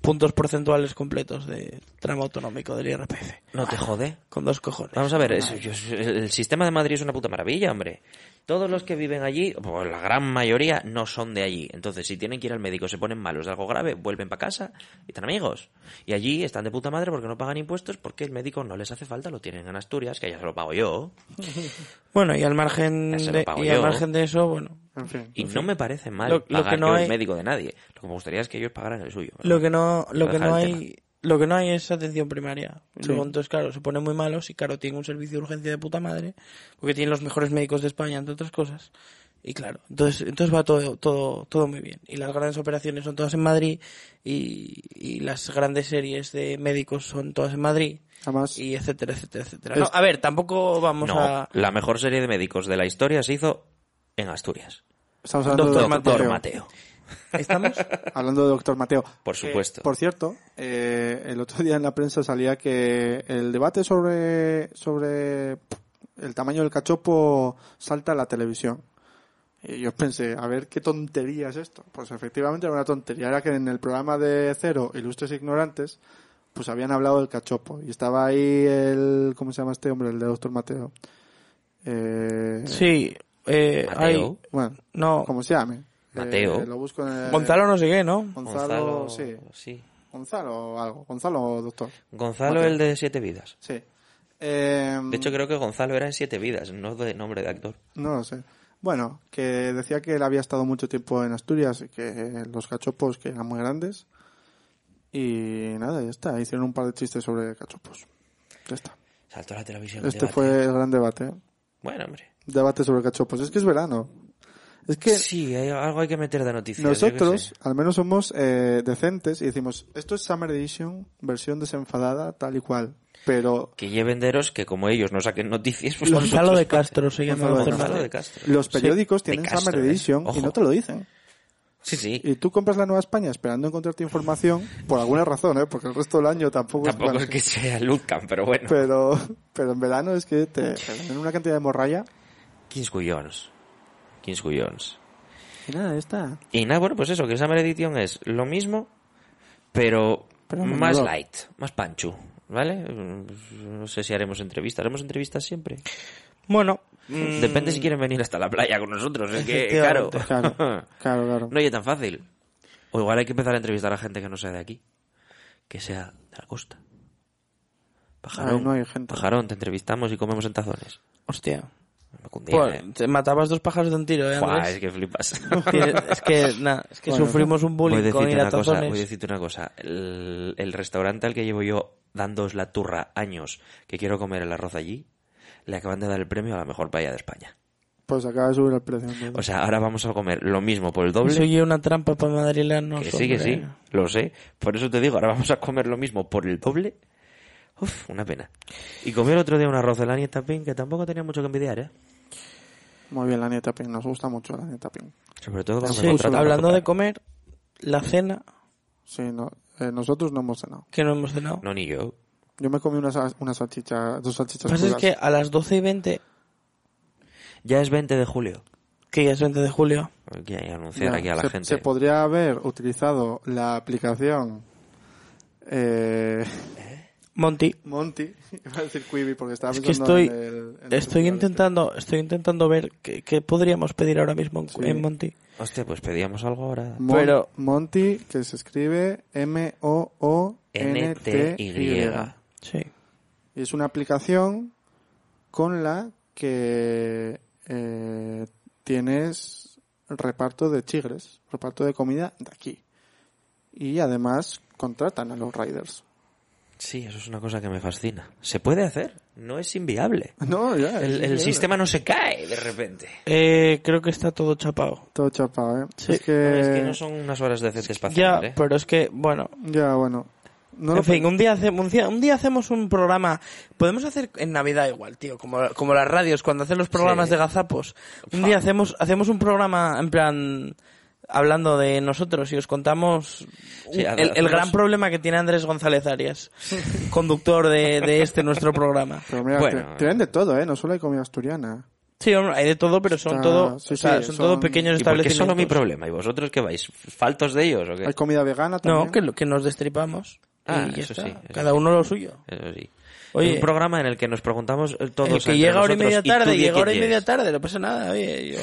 puntos porcentuales completos de tramo autonómico del IRPF.
No te jode.
Con dos cojones.
Vamos a ver, es- yo- el sistema de Madrid es una puta maravilla, hombre. Todos los que viven allí, pues la gran mayoría, no son de allí. Entonces, si tienen que ir al médico, se ponen malos de algo grave, vuelven para casa y están amigos. Y allí están de puta madre porque no pagan impuestos, porque el médico no les hace falta, lo tienen en Asturias, que ya se lo pago yo.
Bueno, y al margen,
Ya se lo
de,
pago
y al
yo.
margen de eso, bueno,
en fin.
Y no me parece mal
Lo- lo
pagar
que no
yo
hay-
el médico de nadie. Lo que me gustaría es que ellos pagaran el suyo.
lo que no, lo
Para
que
dejar
no
el
hay... Lo que no hay es atención primaria. Y
Sí.
Luego, entonces, claro, se ponen muy malos y, claro, tienen un servicio de urgencia de puta madre, porque tienen los mejores médicos de España, entre otras cosas. Y claro, entonces, entonces va todo, todo, todo muy bien. Y las grandes operaciones son todas en Madrid y, y las grandes series de médicos son todas en Madrid
Además,
y etcétera, etcétera, etcétera. No, a ver, tampoco vamos
no,
a...
la mejor serie de médicos de la historia se hizo en Asturias.
estamos hablando
Doctor
de
Mateo.
Doctor Mateo. [laughs]
¿Estamos? [laughs]
Hablando de Doctor Mateo. Eh,
Por supuesto.
Por cierto, eh, el otro día en la prensa salía que el debate sobre, sobre el tamaño del cachopo salta a la televisión. Y yo pensé, a ver qué tontería es esto. Pues efectivamente era una tontería. Era que en el programa de Cero, Ilustres Ignorantes, pues habían hablado del cachopo. Y estaba ahí el, ¿cómo se llama este hombre? El de Doctor Mateo. Eh,
Sí, eh,
Mateo.
hay-
Bueno,
No,
como se llame.
Mateo.
Eh, lo busco en el-
Gonzalo no sé qué, ¿no?
Gonzalo, sí.
sí.
Gonzalo algo. Gonzalo, doctor.
Gonzalo,
Mateo.
el de Siete Vidas.
Sí. Eh,
De hecho, creo que Gonzalo era en Siete Vidas, no de nombre de actor.
No lo sé. Bueno, que decía que él había estado mucho tiempo en Asturias y que eh, los cachopos que eran muy grandes. Y nada, ya está. Hicieron un par de chistes sobre cachopos. Ya está.
Saltó a la televisión. el
Este
debate.
fue el gran debate. ¿eh?
Bueno, hombre.
Debate sobre cachopos. Es que es verano. Es que
Sí, hay- algo hay que meter de noticias. yo qué
nosotros
sé.
al menos somos eh, decentes y decimos, esto es Summer Edition, versión desenfadada, tal y cual. Pero
Que lleven deros que como ellos no saquen noticias, pues
Gonzalo
nosotros-
de Castro se llama
Gonzalo de
Gonzalo
Gonzalo
de
de Castro.
los periódicos
Sí,
tienen
de Castro,
Summer
¿eh?
Edition
Ojo.
y no te lo dicen.
Sí, sí.
Y tú compras la Nueva España esperando encontrarte información, por alguna razón, ¿eh? porque el resto del año tampoco,
Tampoco
bueno,
es que sea Lutcan, pero bueno.
pues, Pero, pero en verano es que te te venden una cantidad de morralla.
15 collons. 15 collons.
Y nada, está.
Y nada, bueno, pues eso, que Summer Edition es lo mismo, pero,
Pero
más
menor.
light, más panchu, ¿vale? Mm, No sé si haremos entrevistas. ¿Haremos entrevistas siempre?
Bueno,
Mm.
Depende si quieren venir hasta la playa con nosotros, es que, claro.
Efectivamente,
[laughs]
Claro, claro, claro.
no es tan fácil. O igual hay que empezar a entrevistar a gente que no sea de aquí, que sea de la costa. Pajarón,
Ay, no hay gente.
Pajarón, te entrevistamos y comemos en tazones.
hostia.
Me cundía, eh.
Pues, te matabas dos pájaros de un tiro, ¿eh,
Buah,
Andrés? [laughs]
es que flipas.
Tienes- es que, nada, es que
Bueno,
sufrimos un
Voy a
bullying con
decirte
ir a
una cosa, voy a
tazones.
decirte una cosa. El, el restaurante al que llevo yo dándoos la turra años que quiero comer el arroz allí, le acaban de dar el premio a la mejor paella de España.
Pues acaba de subir el precio. entonces.
O sea, ahora vamos a comer lo mismo por el doble.
Soy una trampa para madrileños.
que sí, que sí,
Pues hombre.
lo sé. Por eso te digo, ahora vamos a comer lo mismo por el doble. Uf, una pena. Y comí el otro día un arroz de la nieta Pin que tampoco tenía mucho que envidiar, ¿eh?
Muy bien, la nieta Pin. Nos gusta mucho la nieta Pin.
Sobre todo cuando
Sí,
me contratan
hablando
para
de
comprar.
comer, la cena
Sí, no, eh, nosotros no hemos cenado.
que no hemos cenado.
No, ni yo.
Yo me comí una, sa- una salchicha, dos
Lo
salchichas.
Pues
que pasa es
crudas.
que a las 12 y 20,
Ya es 20 de julio.
que ya es 20 de julio,
Hay que anunciar
Ya,
aquí a la
se,
gente.
se podría haber utilizado la aplicación eh, [laughs]
Monty,
Monty, [laughs] iba a decir Quibi porque estaba
Es que
pensando
estoy-
en el- en el
estoy
festival este.
intentando, estoy intentando ver qué, qué podríamos pedir ahora mismo en, en Monty.
Hostia, pues pedíamos algo ahora.
Mon-
Pero-
Monty, que se escribe M-O-O-N-T-Y.
NTY.
Sí.
Y es una aplicación con la que eh, tienes reparto de chigres, reparto de comida de aquí. Y además contratan a los riders. [laughs]
Sí, eso es una cosa que me fascina. Se puede hacer, no es inviable.
No, ya. es
El, el
increíble.
sistema no se cae de repente.
Eh, creo que está todo chapado.
Todo chapado, ¿eh?
Sí.
Es que...
No, es que no son unas horas decentes para
Ya,
cenar, ¿eh?
pero es que, bueno.
Ya, bueno. No lo
en fin, un día, hace- un, día, un día hacemos un programa. Podemos hacer en Navidad igual, tío, como, como las radios cuando hacen los programas
Sí.
de gazapos. Un día hacemos, hacemos un programa en plan hablando de nosotros y os contamos
Sí,
un- el- el,
hacemos-
gran problema que tiene Andrés González Arias, conductor de, de este nuestro
[laughs]
programa.
Pero mira,
Bueno,
te- tienen de todo, ¿eh? No solo hay comida asturiana.
Sí, hombre, hay de todo, pero son
Está-
todo,
sí,
o sea,
sí,
son
son-
todo pequeños
¿Y por qué es
establecimientos.
solo mi problema? ¿Y vosotros qué vais? ¿Faltos de ellos o qué?
Hay comida vegana también.
No, que, lo- que nos destripamos.
Ah,
y ya
eso
está.
sí, eso
Cada
sí.
uno lo suyo.
Eso sí.
Oye.
Es un programa en el que nos preguntamos eh, todos.
El que
entre
llega hora y
nosotros,
media
tú
tarde,
di
llega
quién
hora y media
eres?
tarde, no pasa nada, oye, yo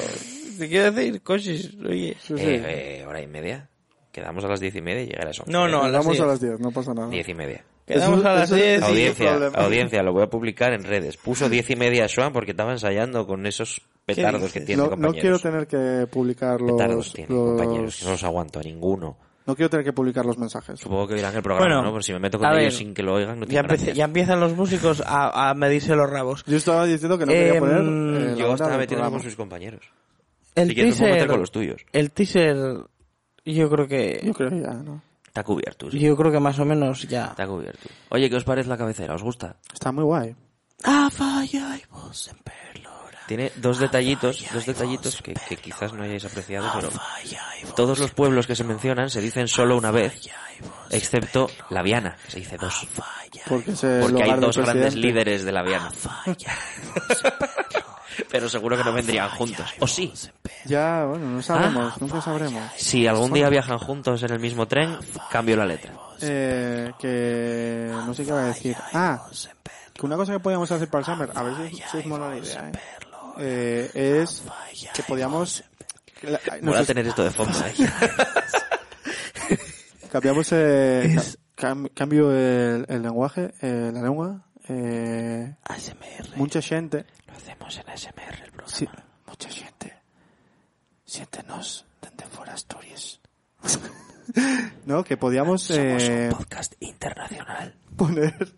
te quiero decir coches, oye.
Sí, sí.
Eh, eh, hora y media. Quedamos a las diez y media y llegarás a
No, no, a las
Vamos a
diez.
las 10, no pasa nada.
Diez y media.
Quedamos
Eso-
a las
eso-
10.
sí,
audiencia,
no problema.
audiencia, lo voy a publicar en redes. Puso diez y media Schwan porque estaba ensayando con esos petardos que
dices?
tiene
No, no
compañeros.
quiero tener que publicar los,
petardos tiene
los-
compañeros, que no los aguanto a ninguno.
no quiero tener que publicar los mensajes.
Supongo que oirán el programa,
Bueno,
¿no? Porque si me meto
a
con
ver,
ellos sin que lo oigan, no
Ya,
tiene
empecé-
gracia.
ya empiezan los músicos a, a medirse los rabos.
Yo estaba diciendo que no quería
Eh,
poner.
mm,
eh, la
Em, Yo
hora
estaba
del
metiéndome
programa.
con sus compañeros.
El
si quieres, nos podemos meter con los tuyos.
El teaser, yo creo que.
Yo creo que ya, ¿no?
Está cubierto, sí.
Yo creo que más o menos ya.
Está cubierto. Oye, ¿qué os parece la cabecera? ¿Os gusta?
Está muy guay.
Ah, falla y vos en perlora.
Tiene dos detallitos, dos detallitos que, que quizás no hayáis apreciado, pero
Falla y vos.
todos los pueblos que se mencionan se dicen solo una vez, excepto La Viana, que se dice dos.
Porque es el
Porque
hogar
hay
del
dos grandes
presidente.
líderes de La Viana. [laughs] Pero seguro que no vendrían juntos. O sí,
Ya, bueno,
Ah.
no sabemos, nunca sabremos.
si algún día viajan juntos en el mismo tren, cambio la letra.
Eh, que no sé qué va a decir. Ah, que una cosa que podíamos hacer para el Summer, a ver si, si os mola la idea, ¿eh? Eh, es que podíamos... que la- ay,
Mola
nos-
tener esto de fondo, ¿eh?
[laughs]
cambiamos eh, ca- cam- cambio el, el lenguaje, eh, la lengua. Eh,
ASMR.
mucha gente,
Lo hacemos en ASMR el programa.
sí, mucha gente, siéntenos desde fuera Asturias. no, que podíamos... eh,
Podcast internacional.
[laughs] poner,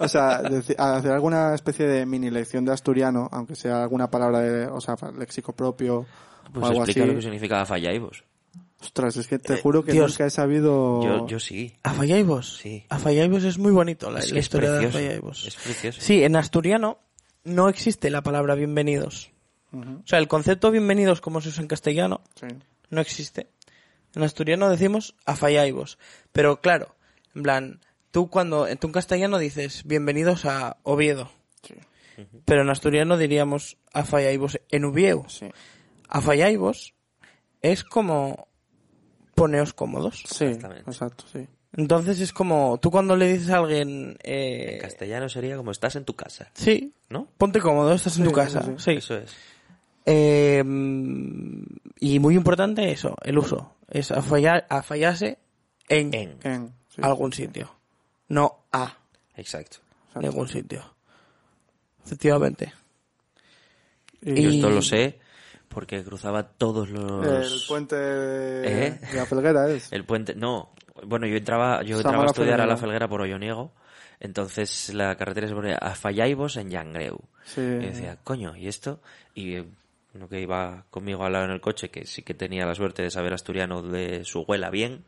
o sea, deci- hacer alguna especie de mini lección de asturiano, aunque sea alguna palabra, de, o sea, léxico propio
Pues
o algo así.
explica lo que significaba fallaivos.
Ostras, es que te juro que
Dios.
nunca he sabido.
Eh, Yo, yo sí.
¿A Fallaibos?
Sí.
A Fallaibos es muy bonito la,
Es que
la
es
historia de
precioso,
Fallaibos.
es precioso.
Sí, en asturiano no existe la palabra bienvenidos. O sea, el concepto bienvenidos como se usa en castellano
Sí.
no existe. En asturiano decimos a Fallaibos. Pero claro, en plan, tú cuando tú en castellano dices bienvenidos a Oviedo.
Sí.
Pero en asturiano diríamos a Fallaibos en Ubieu.
Sí.
A Fallaibos es como poneos cómodos.
Sí,
Exactamente.
exacto, sí.
Entonces es como, tú cuando le dices a alguien, eh,
En castellano sería como estás en tu casa,
sí,
¿no?
ponte cómodo, estás en tu
sí,
casa,
sí,
sí.
Eso es.
Eh, mm, y muy importante eso, el uso, es a, fallar, a fallarse en,
En.
En- sí.
algún sitio, no a
Exacto.
Exacto.
ningún sitio. Efectivamente.
Y
Yo
Y-
esto lo sé porque cruzaba todos los...
el puente de,
¿Eh?
de la felguera es.
El puente, no. Bueno, yo entraba, yo
Sama
entraba a
la
estudiar a la
Felguera.
Felguera por Olloniego. Entonces la carretera se ponía a Fallaivos en Yangreu.
Sí.
Y decía, coño, ¿y esto? Y eh, uno que iba conmigo al lado en el coche, que sí que tenía la suerte de saber asturiano de su abuela bien,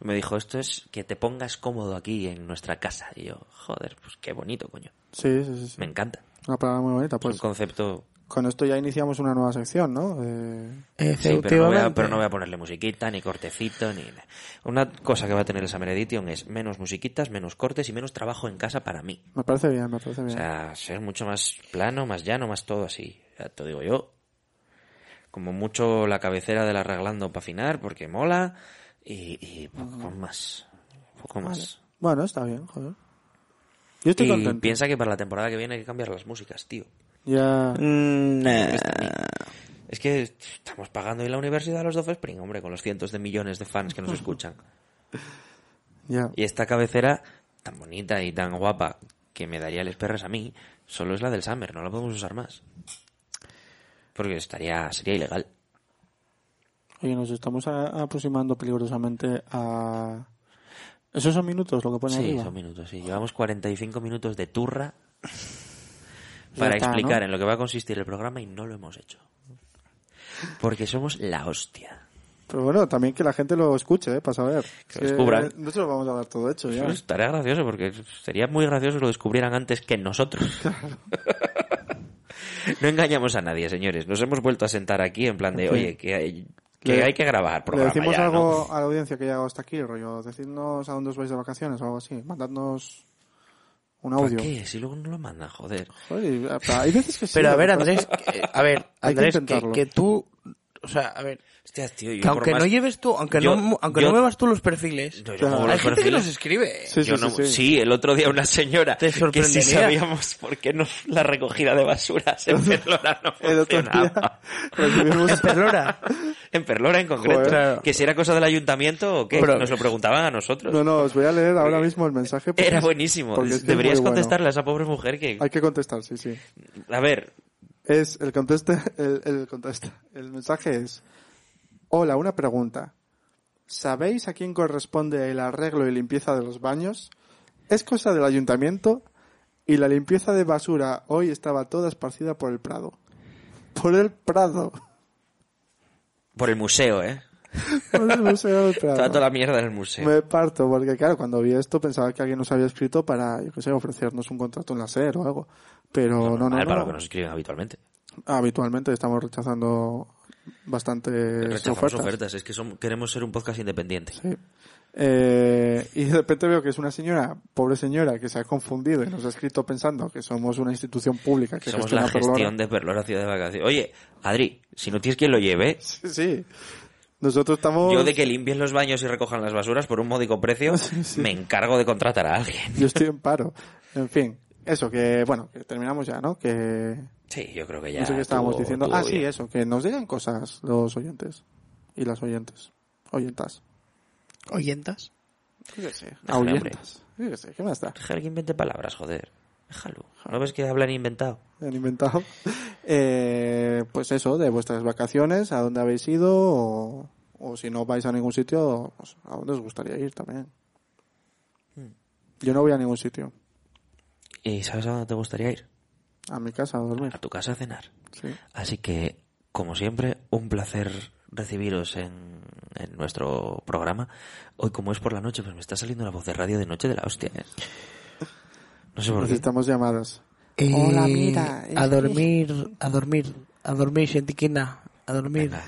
me dijo, esto es que te pongas cómodo aquí en nuestra casa. Y yo, joder, pues qué bonito, coño.
Sí, sí, sí, sí.
Me encanta.
Una palabra muy bonita.
un
Pues
concepto...
con esto ya iniciamos una nueva sección, ¿no? Eh,
Sí, pero no, voy a,
Efectivamente.
pero no voy a ponerle musiquita, ni cortecito, ni... na- Una cosa que va a tener el Summer Edition es menos musiquitas, menos cortes y menos trabajo en casa para mí.
me parece bien, me parece
O
bien.
sea, ser mucho más plano, más llano, más todo así. Ya te digo yo. Como mucho la cabecera del arreglando para afinar, porque mola. Y, y poco más. Poco más.
Bueno, está bien, joder. Yo estoy
y
contento.
piensa que para la temporada que viene hay que cambiar las músicas, tío.
Ya.
Mm, eh,
Este, Es que estamos pagando en la universidad a los Dove Spring, hombre, con los cientos de millones de fans
[laughs]
que nos escuchan.
Ya.
Y esta cabecera, tan bonita y tan guapa, que me daría les perras a mí, solo es la del Summer, no la podemos usar más. Porque estaría, sería ilegal.
Oye, nos estamos a- aproximando peligrosamente a... ¿Esos son minutos lo que pone
Sí,
arriba?
son minutos, sí. Llevamos 45 minutos de turra para
está,
explicar
¿no?
en lo que va a consistir el programa y no lo hemos hecho. Porque somos la hostia.
Pero bueno, también que la gente lo escuche, ¿eh? Para saber.
Que lo descubran.
eh, Nosotros lo vamos a dar todo hecho, ya.
Eso estaría gracioso porque sería muy gracioso que lo descubrieran antes que nosotros. no engañamos a nadie, señores. Nos hemos vuelto a sentar aquí en plan de,
Sí.
oye, que hay que,
Le-
hay que grabar
Le
programa
decimos
ya, ¿no?
algo a la audiencia que ha llegado hasta aquí, rollo. Decidnos a dónde os vais de vacaciones o algo así. Mandadnos un
¿Para
audio.
qué? Si luego no lo mandan, joder.
Joder, o sea, hay veces que sí.
este
Pero a ver,
pero-
Andrés, que- a ver,
Hay que
Andrés, que-
intentarlo.
que tú, o sea, a ver,
Hostias, tío, yo
Que
por
aunque
más-
no lleves tú, aunque,
yo-
no, mu- aunque
yo-
no muevas tú los perfiles,
No, yo
Claro.
muevo
hay
los
gente que
perfiles.
los escribe. ¿eh?
Sí,
Yo
sí,
no-
sí, sí.
el otro día una señora
Te
que sí
sorprendería.
sabíamos por qué no, la recogida de basuras
[laughs]
en Perlora no
El otro
funcionaba.
día recibimos...
En Perlora.
En Perlora en concreto.
Joder.
Claro.
Que si era cosa del ayuntamiento o qué,
Pero-
nos lo preguntaban a nosotros.
No, no, os voy a leer ahora mismo el mensaje. porque
Era
es-
buenísimo.
porque es que es
Deberías
muy bueno.
contestarle a esa pobre mujer que...
Hay que contestar, sí, sí.
A ver,
Es el conteste, [laughs] el, el conteste. El mensaje es Hola, una pregunta. ¿Sabéis a quién corresponde el arreglo y limpieza de los baños? Es cosa del ayuntamiento y la limpieza de basura hoy estaba toda esparcida por el prado. [laughs] Por el prado.
Por el museo, ¿eh?
Por el museo del Prado.
Toda, toda la mierda en el museo.
Me parto, porque claro, cuando vi esto pensaba que alguien nos había escrito para, yo qué sé, ofrecernos un contrato en la SER o algo. Pero no, no,
a
no.
ver, eh, para lo que nos escriben habitualmente.
Habitualmente estamos rechazando bastantes
Rechazamos
ofertas.
ofertas. es que son- queremos ser un podcast independiente.
Sí. Eh, y de repente veo que es una señora, pobre señora, que se ha confundido y nos ha escrito pensando que somos una institución pública que
Somos
gestiona
la
Perlora.
gestión de Perlora Ciudad de Vacaciones. Oye, Adri, si no tienes quien lo lleve,
Sí, sí. Nosotros estamos...
yo de que limpien los baños y recojan las basuras por un módico precio,
[laughs] Sí, sí.
me encargo de contratar a alguien.
Yo estoy en paro. En fin, eso, que bueno, que terminamos ya, ¿no? Que
Sí, yo creo que ya.
no sé qué estábamos
estuvo-
diciendo.
estuvo
Ah, sí,
bien.
eso, que nos digan cosas los oyentes y las oyentes. Oyentas.
¿Oyentas?
Fíjese.
Ah, hombre.
Oyentas. Fíjese, ¿qué más da?
Deja que invente palabras, joder. Déjalo. ¿No ves que hablan inventado?
han inventado. [laughs] Eh, pues eso, de vuestras vacaciones, a dónde habéis ido, o, o si no vais a ningún sitio, pues, a dónde os gustaría ir también.
Hmm.
Yo no voy a ningún sitio,
¿Y sabes a dónde te gustaría ir?
a mi casa a
A
dormir.
tu casa a cenar.
Sí.
Así que, como siempre, un placer recibiros en, en nuestro programa. Hoy, como es por la noche, pues me está saliendo la voz de radio de noche de la hostia, ¿eh? No sé por qué.
Necesitamos llamadas.
Eh,
Hola, mira, es
A dormir, a dormir, a dormir, xentiquina, a dormir.
Venga.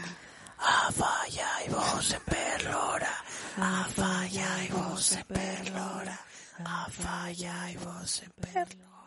A falla y vos en perlora, a falla y vos en perlora, a falla y vos en perlora.